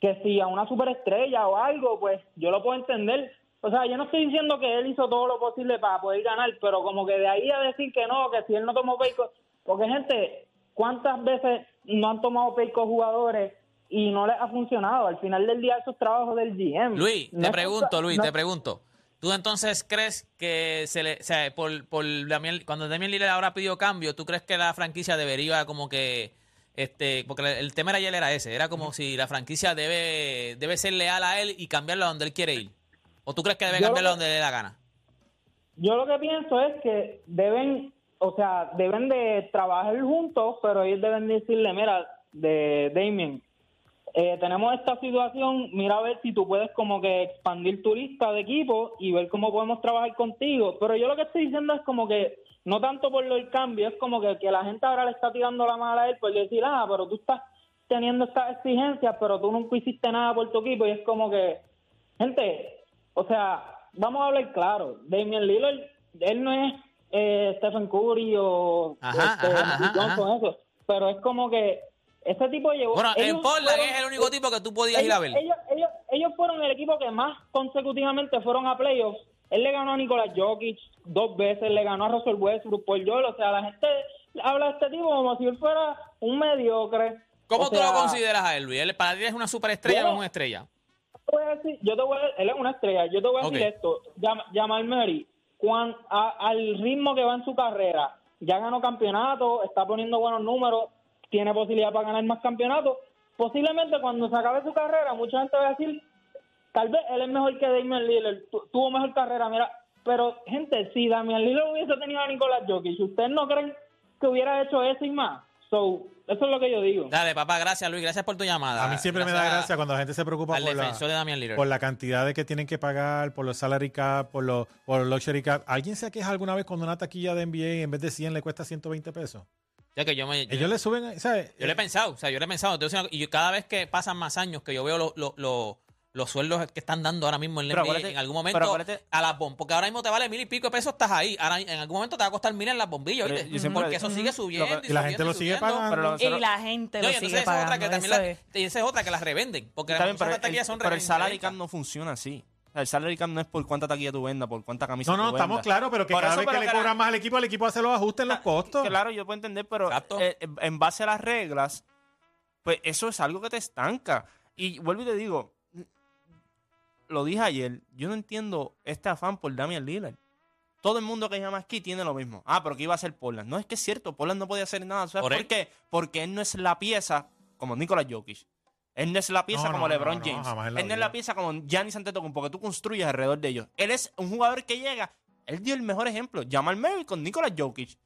[SPEAKER 8] que si a una superestrella o algo, pues yo lo puedo entender. O sea, yo no estoy diciendo que él hizo todo lo posible para poder ganar, pero como que de ahí a decir que no, que si él no tomó peico, porque gente, ¿cuántas veces no han tomado peico jugadores y no les ha funcionado? Al final del día esos trabajos del GM.
[SPEAKER 3] Luis,
[SPEAKER 8] No
[SPEAKER 3] te
[SPEAKER 8] es
[SPEAKER 3] pregunto,
[SPEAKER 8] cosa-
[SPEAKER 3] Luis,
[SPEAKER 8] no-
[SPEAKER 3] te pregunto. ¿Tú entonces crees que se le, o sea, por, por Damián- cuando Damián Lillard ahora pidió cambio, ¿tú crees que la franquicia debería como que, este, porque el- el tema era ayer era ese, era como si la franquicia debe, debe ser leal a él y cambiarlo a donde él quiere ir? ¿O tú crees que debe
[SPEAKER 8] Yo lo
[SPEAKER 3] cambiarlo a
[SPEAKER 8] que-
[SPEAKER 3] donde le dé la gana?
[SPEAKER 8] Yo lo que pienso es que deben, o sea, deben de trabajar juntos, pero ellos deben decirle, mira, de Damien, eh, tenemos esta situación, mira a ver si tú puedes como que expandir tu lista de equipo y ver cómo podemos trabajar contigo. Pero yo lo que estoy diciendo es como que, no tanto por lo del cambio, es como que, que la gente ahora le está tirando la mala a él por decir, ah, pero tú estás teniendo estas exigencias, pero tú nunca hiciste nada por tu equipo y es como que, gente, o sea, vamos a hablar claro. Damian Lillard, él no es eh, Stephen Curry o
[SPEAKER 3] Ajá,
[SPEAKER 8] este,
[SPEAKER 3] ajá, ajá,
[SPEAKER 8] Magic Johnson, eso. Pero es como que ese tipo llevó.
[SPEAKER 3] Bueno, en
[SPEAKER 8] ellos
[SPEAKER 3] Portland
[SPEAKER 8] fueron-
[SPEAKER 3] es el único tipo que tú podías ir
[SPEAKER 8] ellos,
[SPEAKER 3] a ver.
[SPEAKER 8] Ellos, ellos, ellos fueron el equipo que más consecutivamente fueron a playoffs. Él le ganó a Nicolás Jokic dos veces, le ganó a Russell Westbrook por Joel. O sea, la gente habla de este tipo como si él fuera un mediocre.
[SPEAKER 3] ¿Cómo
[SPEAKER 8] O
[SPEAKER 3] tú
[SPEAKER 8] sea,
[SPEAKER 3] lo consideras a él, Luis? ¿Él- ¿Para ti es una superestrella o
[SPEAKER 8] Bueno,
[SPEAKER 3] es una estrella?
[SPEAKER 8] te voy a decir- yo te voy a, él es una estrella, yo te voy a
[SPEAKER 3] Ok.
[SPEAKER 8] decir esto, Jam- Jamal Murray, cuan- a- al ritmo que va en su carrera, ya ganó campeonato, está poniendo buenos números, tiene posibilidad para ganar más campeonatos, posiblemente cuando se acabe su carrera, mucha gente va a decir, tal vez él es mejor que Damian Lillard, tu- tuvo mejor carrera, mira, pero gente, si Damian Lillard hubiese tenido a Nicolás Jokic, ¿ustedes no creen que hubiera hecho eso y más? So, eso es lo que yo digo.
[SPEAKER 3] Dale, papá, gracias, Luis. Gracias por tu llamada.
[SPEAKER 7] A mí siempre me da gracia cuando la gente se preocupa
[SPEAKER 3] al
[SPEAKER 7] por
[SPEAKER 3] defensor de
[SPEAKER 7] la,
[SPEAKER 3] Damian Lillard.
[SPEAKER 7] por la cantidad de que tienen que pagar, por los salary cap, por los, por los luxury cap. ¿Alguien se queja alguna vez cuando una taquilla de NBA en vez de 100 le cuesta 120 pesos?
[SPEAKER 3] Ya que yo, me, yo,
[SPEAKER 7] Ellos eh, le suben, ¿sabes?
[SPEAKER 3] yo le he pensado, o sea, yo le he pensado. te voy a decir una cosa, y yo- cada vez que pasan más años que yo veo lo- lo- lo- los sueldos que están dando ahora mismo en la
[SPEAKER 9] Pero
[SPEAKER 3] NBA,
[SPEAKER 9] acuérdate-
[SPEAKER 3] en algún
[SPEAKER 9] pero
[SPEAKER 3] momento
[SPEAKER 9] acuérdate-
[SPEAKER 3] a las bombas, porque ahora mismo te vale mil y pico de pesos, estás ahí. Ahora, en algún momento te va a costar mil en las bombillas,
[SPEAKER 9] Pero
[SPEAKER 3] ¿oíste?
[SPEAKER 9] yo siempre-
[SPEAKER 3] porque eso sigue subiendo.
[SPEAKER 7] Y la gente
[SPEAKER 3] subiendo
[SPEAKER 7] lo
[SPEAKER 3] y
[SPEAKER 7] sigue
[SPEAKER 3] subiendo.
[SPEAKER 7] pagando.
[SPEAKER 9] Pero lo-
[SPEAKER 6] Y la gente
[SPEAKER 3] No,
[SPEAKER 6] lo
[SPEAKER 3] y entonces
[SPEAKER 6] sigue
[SPEAKER 3] esa es otra que
[SPEAKER 6] pagando.
[SPEAKER 3] también
[SPEAKER 6] eso
[SPEAKER 3] la-
[SPEAKER 6] es.
[SPEAKER 3] y esa es otra que las revenden, porque
[SPEAKER 9] Está bien,
[SPEAKER 3] muchas
[SPEAKER 9] pero,
[SPEAKER 3] de las taquillas
[SPEAKER 9] el,
[SPEAKER 3] son
[SPEAKER 9] pero el salary
[SPEAKER 3] revendidas.
[SPEAKER 9] cap no funciona así. O sea, el salary cap no es por cuánta taquilla tú vendas, por cuánta camisa
[SPEAKER 7] No,
[SPEAKER 9] tú
[SPEAKER 7] no,
[SPEAKER 9] vendas.
[SPEAKER 7] estamos claros, pero que
[SPEAKER 9] Por
[SPEAKER 7] cada
[SPEAKER 9] eso,
[SPEAKER 7] vez que
[SPEAKER 9] pero
[SPEAKER 7] le
[SPEAKER 9] que la-
[SPEAKER 7] cobran más al equipo, el equipo hace los ajustes
[SPEAKER 3] Ah,
[SPEAKER 7] en los costos.
[SPEAKER 9] Claro, yo puedo entender, pero
[SPEAKER 3] Exacto.
[SPEAKER 9] eh, eh, en base a las reglas, pues eso es algo que te estanca. Y vuelvo y te digo, lo dije ayer, yo no entiendo este afán por Damian Lillard. Todo el mundo que llama aquí tiene lo mismo. Ah, pero que iba a ser Portland. No, es que es cierto, Portland no podía hacer nada. ¿Sabes
[SPEAKER 3] Por e-
[SPEAKER 9] por,
[SPEAKER 3] él.
[SPEAKER 9] qué? Porque él no es la pieza como Nicolas Jokic. Él no es la pieza
[SPEAKER 7] No,
[SPEAKER 9] como
[SPEAKER 7] no,
[SPEAKER 9] LeBron
[SPEAKER 7] no, no,
[SPEAKER 9] James.
[SPEAKER 7] jamás en la
[SPEAKER 9] él no es
[SPEAKER 7] vida.
[SPEAKER 9] la pieza como Giannis Antetokounmpo, porque tú construyes alrededor de ellos. Él es un jugador que llega. Él dio el mejor ejemplo. Jamal Murray con Nicolas Jokic.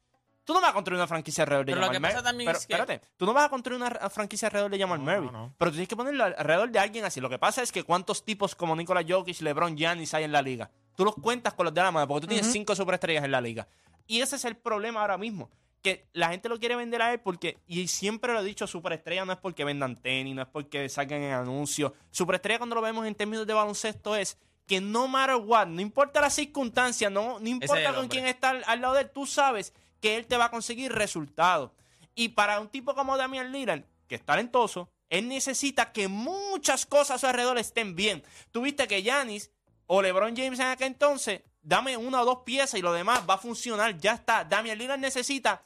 [SPEAKER 9] Tú no vas a construir una franquicia alrededor de
[SPEAKER 3] Pero lo
[SPEAKER 9] Jamal
[SPEAKER 3] que pasa
[SPEAKER 9] Murray.
[SPEAKER 3] también
[SPEAKER 9] Pero
[SPEAKER 3] es que-
[SPEAKER 9] espérate, tú no vas a construir una ra- franquicia alrededor de Jamal
[SPEAKER 7] No,
[SPEAKER 9] Murray.
[SPEAKER 7] no, no.
[SPEAKER 9] Pero tú tienes que ponerlo al- alrededor de alguien así. Lo que pasa es que cuántos tipos como Nicolas Jokic, LeBron, Giannis hay en la liga. Tú los cuentas con los de la mano porque tú tienes cinco superestrellas en la liga. Y ese es el problema ahora mismo. Que la gente lo quiere vender a él porque, y siempre lo he dicho, superestrella no es porque vendan tenis, no es porque salgan en anuncios. Superestrella cuando lo vemos en términos de baloncesto es que no matter what, no importa las circunstancias, no, no
[SPEAKER 3] es
[SPEAKER 9] importa
[SPEAKER 3] el
[SPEAKER 9] con
[SPEAKER 3] hombre.
[SPEAKER 9] quién está al, al lado de él, tú sabes que él te va a conseguir resultados. Y para un tipo como Damian Lillard, que es talentoso, él necesita que muchas cosas a su alrededor estén bien. Tuviste que Yanis o LeBron James en aquel entonces, dame una o dos piezas y lo demás va a funcionar, ya está. Damian Lillard necesita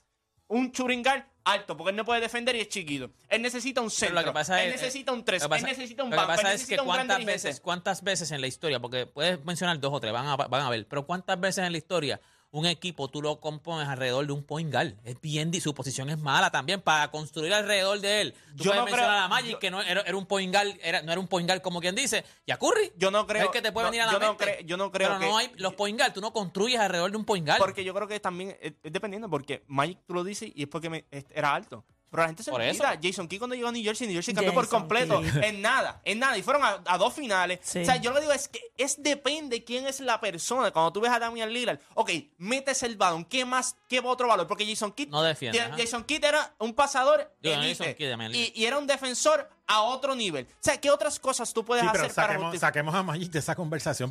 [SPEAKER 9] un churingal alto, porque él no puede defender y es chiquito. Él necesita un
[SPEAKER 3] Pero
[SPEAKER 9] centro,
[SPEAKER 3] lo que pasa
[SPEAKER 9] él
[SPEAKER 3] es- eh,
[SPEAKER 9] necesita un
[SPEAKER 3] lo
[SPEAKER 9] tres,
[SPEAKER 3] que pasa-
[SPEAKER 9] él necesita un
[SPEAKER 3] Lo que
[SPEAKER 9] banco, él
[SPEAKER 3] pasa es que
[SPEAKER 9] necesita un gran
[SPEAKER 3] cuántas
[SPEAKER 9] dirigente.
[SPEAKER 3] veces, cuántas veces en la historia, porque puedes mencionar dos o tres, van a, van a ver, pero cuántas veces en la historia un equipo tú lo compones alrededor de un point guard. Es bien, di- su posición es mala también para construir alrededor de él. Tú
[SPEAKER 9] Yo
[SPEAKER 3] puedes
[SPEAKER 9] no
[SPEAKER 3] mencionar
[SPEAKER 9] creo-
[SPEAKER 3] a Magic
[SPEAKER 9] yo-
[SPEAKER 3] que no era, era un point guard, era- no era un point guard como quien dice, y a Curry.
[SPEAKER 9] Yo no creo.
[SPEAKER 3] Es el que te puede
[SPEAKER 9] no,
[SPEAKER 3] venir a la
[SPEAKER 9] yo No
[SPEAKER 3] mente.
[SPEAKER 9] creo, yo no creo
[SPEAKER 3] pero
[SPEAKER 9] que.
[SPEAKER 3] no hay los point guard, tú no construyes alrededor de un point guard.
[SPEAKER 9] Porque yo creo que también eh, es, es dependiendo, porque Magic tú lo dices y es porque me- es- era alto. Pero la gente se
[SPEAKER 3] Por
[SPEAKER 9] olvida.
[SPEAKER 3] eso.
[SPEAKER 9] Jason Kidd cuando llegó a New Jersey, New Jersey cambió por
[SPEAKER 6] Jason
[SPEAKER 9] completo.
[SPEAKER 6] Kidd.
[SPEAKER 9] En nada, en nada. Y fueron a, a dos finales.
[SPEAKER 6] Sí.
[SPEAKER 9] O sea, yo lo que digo es que es depende quién es la persona. Cuando tú ves a Damian Lillard, ok, metes el balón. ¿Qué más? ¿Qué otro valor? Porque Jason Kidd.
[SPEAKER 3] No defiende,
[SPEAKER 9] Ja-
[SPEAKER 3] ajá.
[SPEAKER 9] Jason Kidd era un pasador.
[SPEAKER 3] Digo, no,
[SPEAKER 9] elite.
[SPEAKER 3] Jason Kidd, Damian
[SPEAKER 9] y,
[SPEAKER 3] Lillard.
[SPEAKER 9] y era un defensor a otro nivel. O sea, ¿qué otras cosas tú puedes
[SPEAKER 7] Sí, pero
[SPEAKER 9] hacer para
[SPEAKER 7] saquemos,
[SPEAKER 9] justificar?
[SPEAKER 7] saquemos a Magic de esa conversación.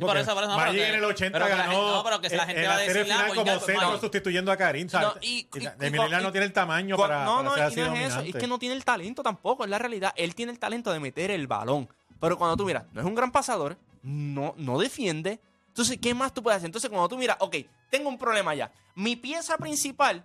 [SPEAKER 3] Sí,
[SPEAKER 7] Porque
[SPEAKER 3] por eso, por eso, no,
[SPEAKER 7] Magic
[SPEAKER 3] pero que-
[SPEAKER 7] en el 80
[SPEAKER 3] pero que la
[SPEAKER 7] ganó.
[SPEAKER 3] gente- no, pero que la
[SPEAKER 7] en-
[SPEAKER 3] gente
[SPEAKER 7] en
[SPEAKER 3] va a
[SPEAKER 7] serie
[SPEAKER 3] decir,
[SPEAKER 7] final
[SPEAKER 3] ah,
[SPEAKER 7] como
[SPEAKER 3] Poingal,
[SPEAKER 7] centro
[SPEAKER 3] Magic.
[SPEAKER 7] sustituyendo a Karim. o sea,
[SPEAKER 9] No, y- y-
[SPEAKER 7] Damian Lillard
[SPEAKER 9] y-
[SPEAKER 7] no tiene el tamaño
[SPEAKER 9] Co-
[SPEAKER 7] para,
[SPEAKER 9] no,
[SPEAKER 7] para
[SPEAKER 9] no,
[SPEAKER 7] ser
[SPEAKER 9] y
[SPEAKER 7] así
[SPEAKER 9] no es
[SPEAKER 7] dominante.
[SPEAKER 9] eso. Es que no tiene el talento tampoco, es la realidad. Él tiene el talento de meter el balón. Pero cuando tú miras, no es un gran pasador, no, no defiende. Entonces, ¿qué más tú puedes hacer? Entonces, cuando tú miras, ok, tengo un problema ya. Mi pieza principal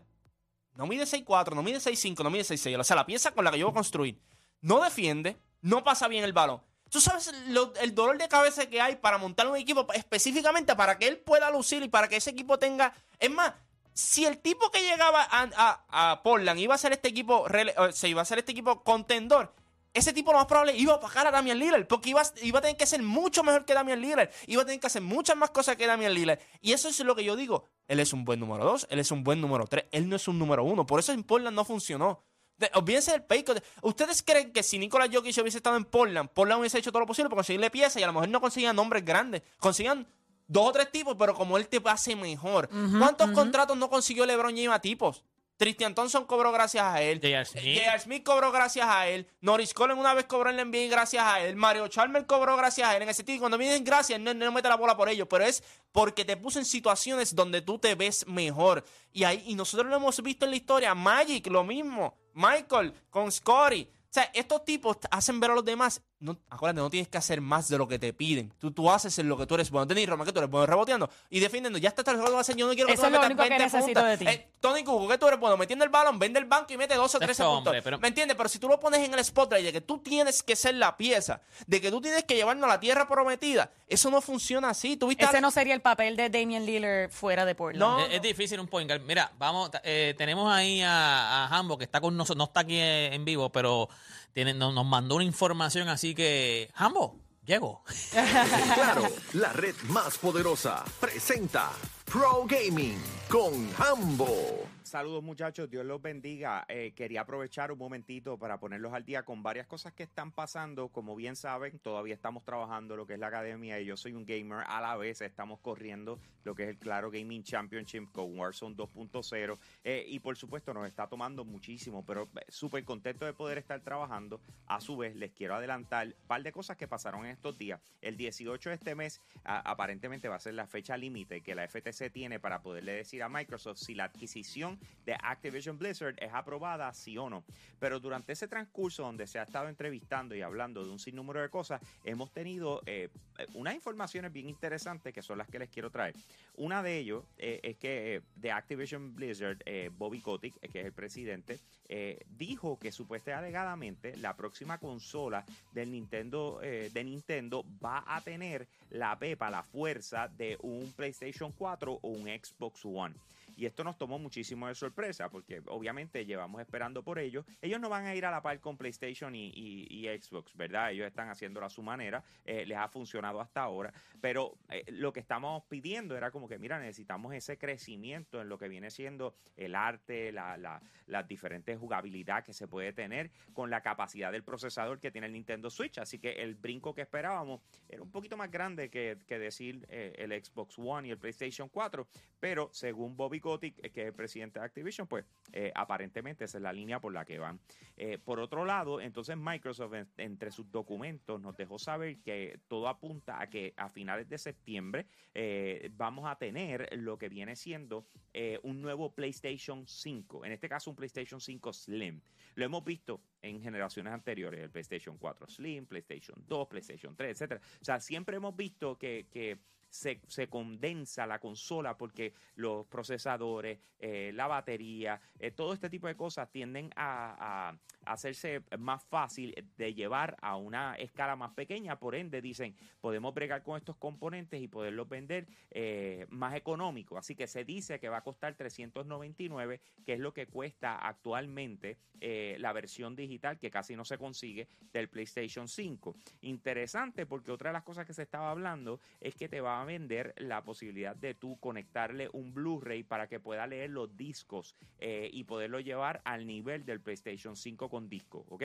[SPEAKER 9] no mide 6'4, no mide 6'5, no mide 6'6. O sea, la pieza con la que yo voy a construir no defiende, no pasa bien el balón. Tú sabes lo- el dolor de cabeza que hay para montar un equipo pa- específicamente para que él pueda lucir y para que ese equipo tenga. Es más, si el tipo que llegaba a, a- a Portland iba a ser este equipo, rele- o se iba a ser este equipo contendor. Ese tipo lo más probable iba a bajar a Damian Lillard porque iba, a- iba a tener que ser mucho mejor que Damian Lillard, iba a tener que hacer muchas más cosas que Damian Lillard. Y eso es lo que yo digo, él es un buen número 2, él es un buen número 3, él no es un número 1, por eso en Portland no funcionó. De- olvídense del peico. ¿Ustedes creen que si Nicolás Jokic hubiese estado en Portland, Portland hubiese hecho todo lo posible para conseguirle piezas y a lo mejor no conseguían nombres grandes? Conseguían dos o tres tipos, pero como él te hace mejor. ¿Cuántos contratos no consiguió LeBron James a tipos?
[SPEAKER 5] Christian Thompson cobró gracias a él.
[SPEAKER 3] J.R. Smith.
[SPEAKER 5] J.R. Smith cobró gracias a él. Norris Colin una vez cobró en la NBA gracias a él. Mario Chalmers cobró gracias a él. En ese sentido, cuando vienen gracias, no, no mete la bola por ellos, pero es porque te puso en situaciones donde tú te ves mejor. Y ahí y nosotros lo hemos visto en la historia. Magic, lo mismo. Michael con Scotty. O sea, estos tipos te hacen ver a los demás. No, acuérdate, no tienes que hacer más de lo que te piden. Tú, tú haces en lo que tú eres bueno. Denis Roma, que tú eres bueno reboteando y defendiendo. Ya está, está, lo vas a hacer. Yo no quiero que
[SPEAKER 6] Eso
[SPEAKER 5] tú
[SPEAKER 6] es
[SPEAKER 5] me
[SPEAKER 6] lo
[SPEAKER 5] metas
[SPEAKER 6] único que
[SPEAKER 5] 20
[SPEAKER 6] necesito
[SPEAKER 5] puntas.
[SPEAKER 6] de ti.
[SPEAKER 5] Eh, Tony Kukoc, que tú eres bueno metiendo el balón, vende el banco y mete 12 o
[SPEAKER 3] Este
[SPEAKER 5] 13 puntos.
[SPEAKER 3] hombre, pero-
[SPEAKER 5] ¿Me entiendes? Pero si tú lo pones en el spotlight de que tú tienes que ser la pieza, de que tú tienes que llevarnos a la tierra prometida, eso no funciona así. Tú viste
[SPEAKER 6] Ese
[SPEAKER 5] a-
[SPEAKER 6] no sería el papel de Damian Lillard fuera de Portland.
[SPEAKER 5] No.
[SPEAKER 3] Es, es difícil un point guard. Mira, vamos, ta- eh, tenemos ahí a, a Hambo que está con nosotros, no está aquí eh, en vivo, pero tiene, nos, nos mandó una información, así que Hambo, llego.
[SPEAKER 10] Claro, la red más poderosa presenta Pro Gaming con Hambo.
[SPEAKER 9] Saludos muchachos, Dios los bendiga. Eh, quería aprovechar un momentito para ponerlos al día con varias cosas que están pasando. Como bien saben, todavía estamos trabajando lo que es la academia y yo soy un gamer a la vez. Estamos corriendo lo que es el Claro Gaming Championship con Warzone 2.0 Eh, y por supuesto nos está tomando muchísimo, pero eh, súper contento de poder estar trabajando. A su vez, les quiero adelantar un par de cosas que pasaron en estos días. El 18 de este mes a- aparentemente va a ser la fecha límite que la FTC tiene para poderle decir a Microsoft si la adquisición de Activision Blizzard es aprobada, sí o no. Pero durante ese transcurso donde se ha estado entrevistando y hablando de un sinnúmero de cosas, hemos tenido eh, eh, unas informaciones bien interesantes que son las que les quiero traer. Una de ellos eh, es que eh, de Activision Blizzard, eh, Bobby Kotick, eh, que es el presidente, eh, dijo que supuestamente alegadamente la próxima consola del Nintendo, eh, de Nintendo va a tener la pepa, la fuerza de un PlayStation 4 o un Xbox One. Y esto nos tomó muchísimo de sorpresa porque obviamente llevamos esperando por ellos. Ellos no van a ir a la par con PlayStation y, y- y Xbox, ¿verdad? Ellos están haciéndolo a su manera. eh, les ha funcionado hasta ahora. Pero eh, lo que estamos pidiendo era como que, mira, necesitamos ese crecimiento en lo que viene siendo el arte, la, la, las diferentes jugabilidad que se puede tener con la capacidad del procesador que tiene el Nintendo Switch. Así que el brinco que esperábamos era un poquito más grande que, que decir eh, el Xbox One y el PlayStation 4, pero según Bobby Kotick, eh, que es el presidente de Activision, pues eh, aparentemente esa es la línea por la que van. Eh, por otro lado, entonces Microsoft en- entre sus documentos nos dejó saber que todo apunta a que a finales de septiembre eh, vamos a tener lo que viene siendo eh, un nuevo PlayStation 5, en este caso un PlayStation 5 Slim. Lo hemos visto en generaciones anteriores, el PlayStation 4 Slim, PlayStation 2, PlayStation 3, etcétera. O sea, siempre hemos visto que, que se, se condensa la consola porque los procesadores, eh, la batería, eh, todo este tipo de cosas tienden a, a hacerse más fácil de llevar a una escala más pequeña. Por ende, dicen, podemos bregar con estos componentes y poderlos vender eh, más económico. Así que se dice que va a costar 399, que es lo que cuesta actualmente eh, la versión digital, que casi no se consigue, del PlayStation 5. Interesante porque otra de las cosas que se estaba hablando es que te va a vender la posibilidad de tú conectarle un Blu-ray para que pueda leer los discos eh, y poderlo llevar al nivel del PlayStation 5 con disco, ¿ok?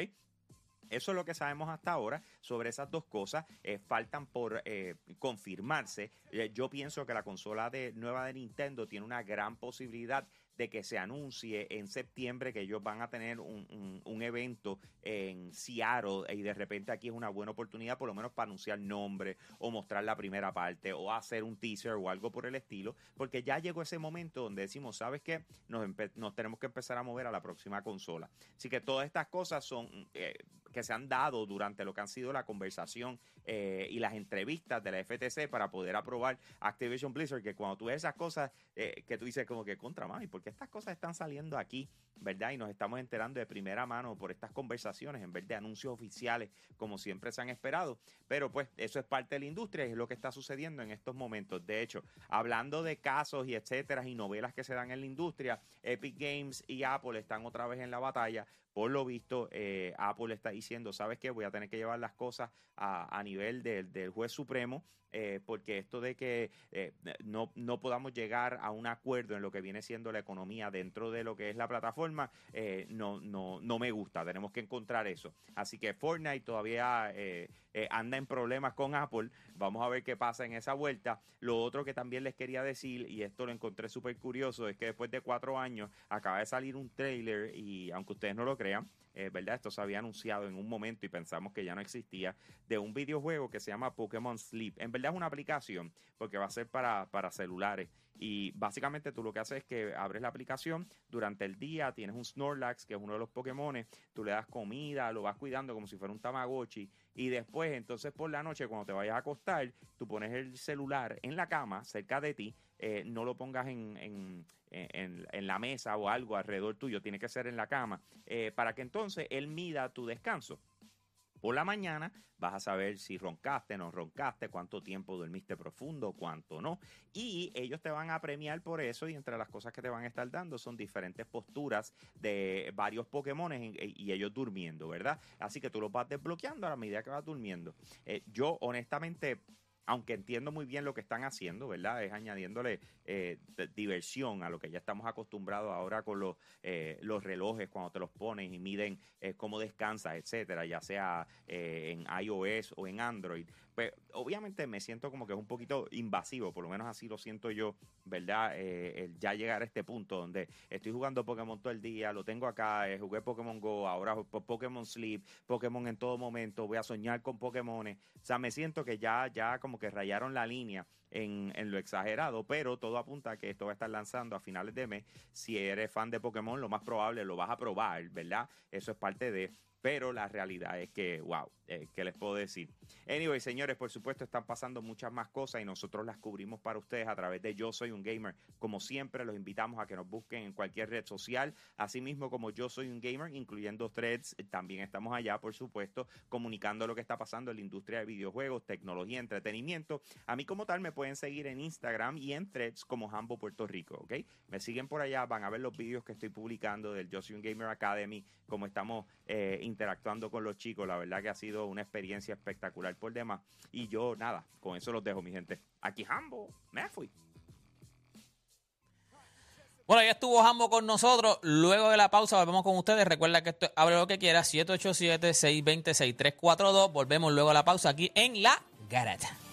[SPEAKER 9] Eso es lo que sabemos hasta ahora sobre esas dos cosas. eh, faltan por eh, confirmarse. Eh, yo pienso que la consola de, nueva de Nintendo tiene una gran posibilidad de que se anuncie en septiembre que ellos van a tener un, un- un evento en Seattle eh, y de repente aquí es una buena oportunidad por lo menos para anunciar nombre o mostrar la primera parte o hacer un teaser o algo por el estilo porque ya llegó ese momento donde decimos sabes qué nos, empe- nos tenemos que empezar a mover a la próxima consola así que todas estas cosas son eh, que se han dado durante lo que han sido la conversación eh, y las entrevistas de la FTC para poder aprobar Activision Blizzard, que cuando tú ves esas cosas, eh, que tú dices como que contra mami, porque estas cosas están saliendo aquí, ¿verdad? Y nos estamos enterando de primera mano por estas conversaciones en vez de anuncios oficiales como siempre se han esperado. Pero pues eso es parte de la industria y es lo que está sucediendo en estos momentos. De hecho, hablando de casos y etcétera y novelas que se dan en la industria, Epic Games y Apple están otra vez en la batalla Por lo visto, eh, Apple está diciendo, ¿sabes qué? Voy a tener que llevar las cosas a, a nivel del, del juez supremo, eh, porque esto de que eh, no, no podamos llegar a un acuerdo en lo que viene siendo la economía dentro de lo que es la plataforma, eh, no, no, no me gusta. Tenemos que encontrar eso. Así que Fortnite todavía eh, eh, anda en problemas con Apple. Vamos a ver qué pasa en esa vuelta. Lo otro que también les quería decir, y esto lo encontré súper curioso, es que después de cuatro años acaba de salir un trailer y aunque ustedes no lo crean, eh, ¿verdad? Esto se había anunciado en un momento y pensamos que ya no existía, de un videojuego que se llama Pokémon Sleep. En verdad es una aplicación porque va a ser para, para celulares. Y básicamente tú lo que haces es que abres la aplicación, durante el día tienes un Snorlax, que es uno de los Pokémones, tú le das comida, lo vas cuidando como si fuera un Tamagotchi. Y después, entonces por la noche, cuando te vayas a acostar, tú pones el celular en la cama, cerca de ti, eh, no lo pongas en, en, en- en la mesa o algo alrededor tuyo, tiene que ser en la cama, eh, para que entonces él mida tu descanso. Por la mañana vas a saber si roncaste, no roncaste, cuánto tiempo dormiste profundo, cuánto no. Y ellos te van a premiar por eso y entre las cosas que te van a estar dando son diferentes posturas de varios Pokémon y ellos durmiendo, ¿verdad? Así que tú los vas desbloqueando a la medida que vas durmiendo. Eh, yo honestamente aunque entiendo muy bien lo que están haciendo, ¿verdad? Es añadiéndole eh, d- diversión a lo que ya estamos acostumbrados ahora con los, eh, los relojes cuando te los pones y miden eh, cómo descansas, etcétera, ya sea eh, en iOS o en Android. Pues obviamente me siento como que es un poquito invasivo, por lo menos así lo siento yo, ¿verdad? Eh, el ya llegar a este punto donde estoy jugando Pokémon todo el día, lo tengo acá, eh, jugué Pokémon Go, ahora po- Pokémon Sleep, Pokémon en todo momento, voy a soñar con Pokémones. O sea, me siento que ya, ya como que rayaron la línea en, en lo exagerado, pero todo apunta a que esto va a estar lanzando a finales de mes. Si eres fan de Pokémon, lo más probable lo vas a probar, ¿verdad? Eso es parte de. Pero la realidad es que, wow, eh, ¿qué les puedo decir? Anyway, señores, por supuesto están pasando muchas más cosas y nosotros las cubrimos para ustedes a través de Yo Soy un Gamer. Como siempre, los invitamos a que nos busquen en cualquier red social, así mismo como Yo Soy un Gamer, incluyendo threads. eh, También estamos allá, por supuesto, comunicando lo que está pasando en la industria de videojuegos, tecnología, entretenimiento. A mí como tal me pueden seguir en Instagram y en threads como Jambo Puerto Rico, ¿ok? Me siguen por allá, van a ver los vídeos que estoy publicando del Yo Soy un Gamer Academy, cómo estamos eh, interactuando con los chicos. La verdad que ha sido una experiencia espectacular por demás. Y yo, nada, con eso los dejo, mi gente. Aquí Jambo, me fui.
[SPEAKER 3] Bueno, ya estuvo Jambo con nosotros. Luego de la pausa volvemos con ustedes. Recuerda que esto es abre lo que quiera, 787-620-6342. Volvemos luego a la pausa aquí en La Garata.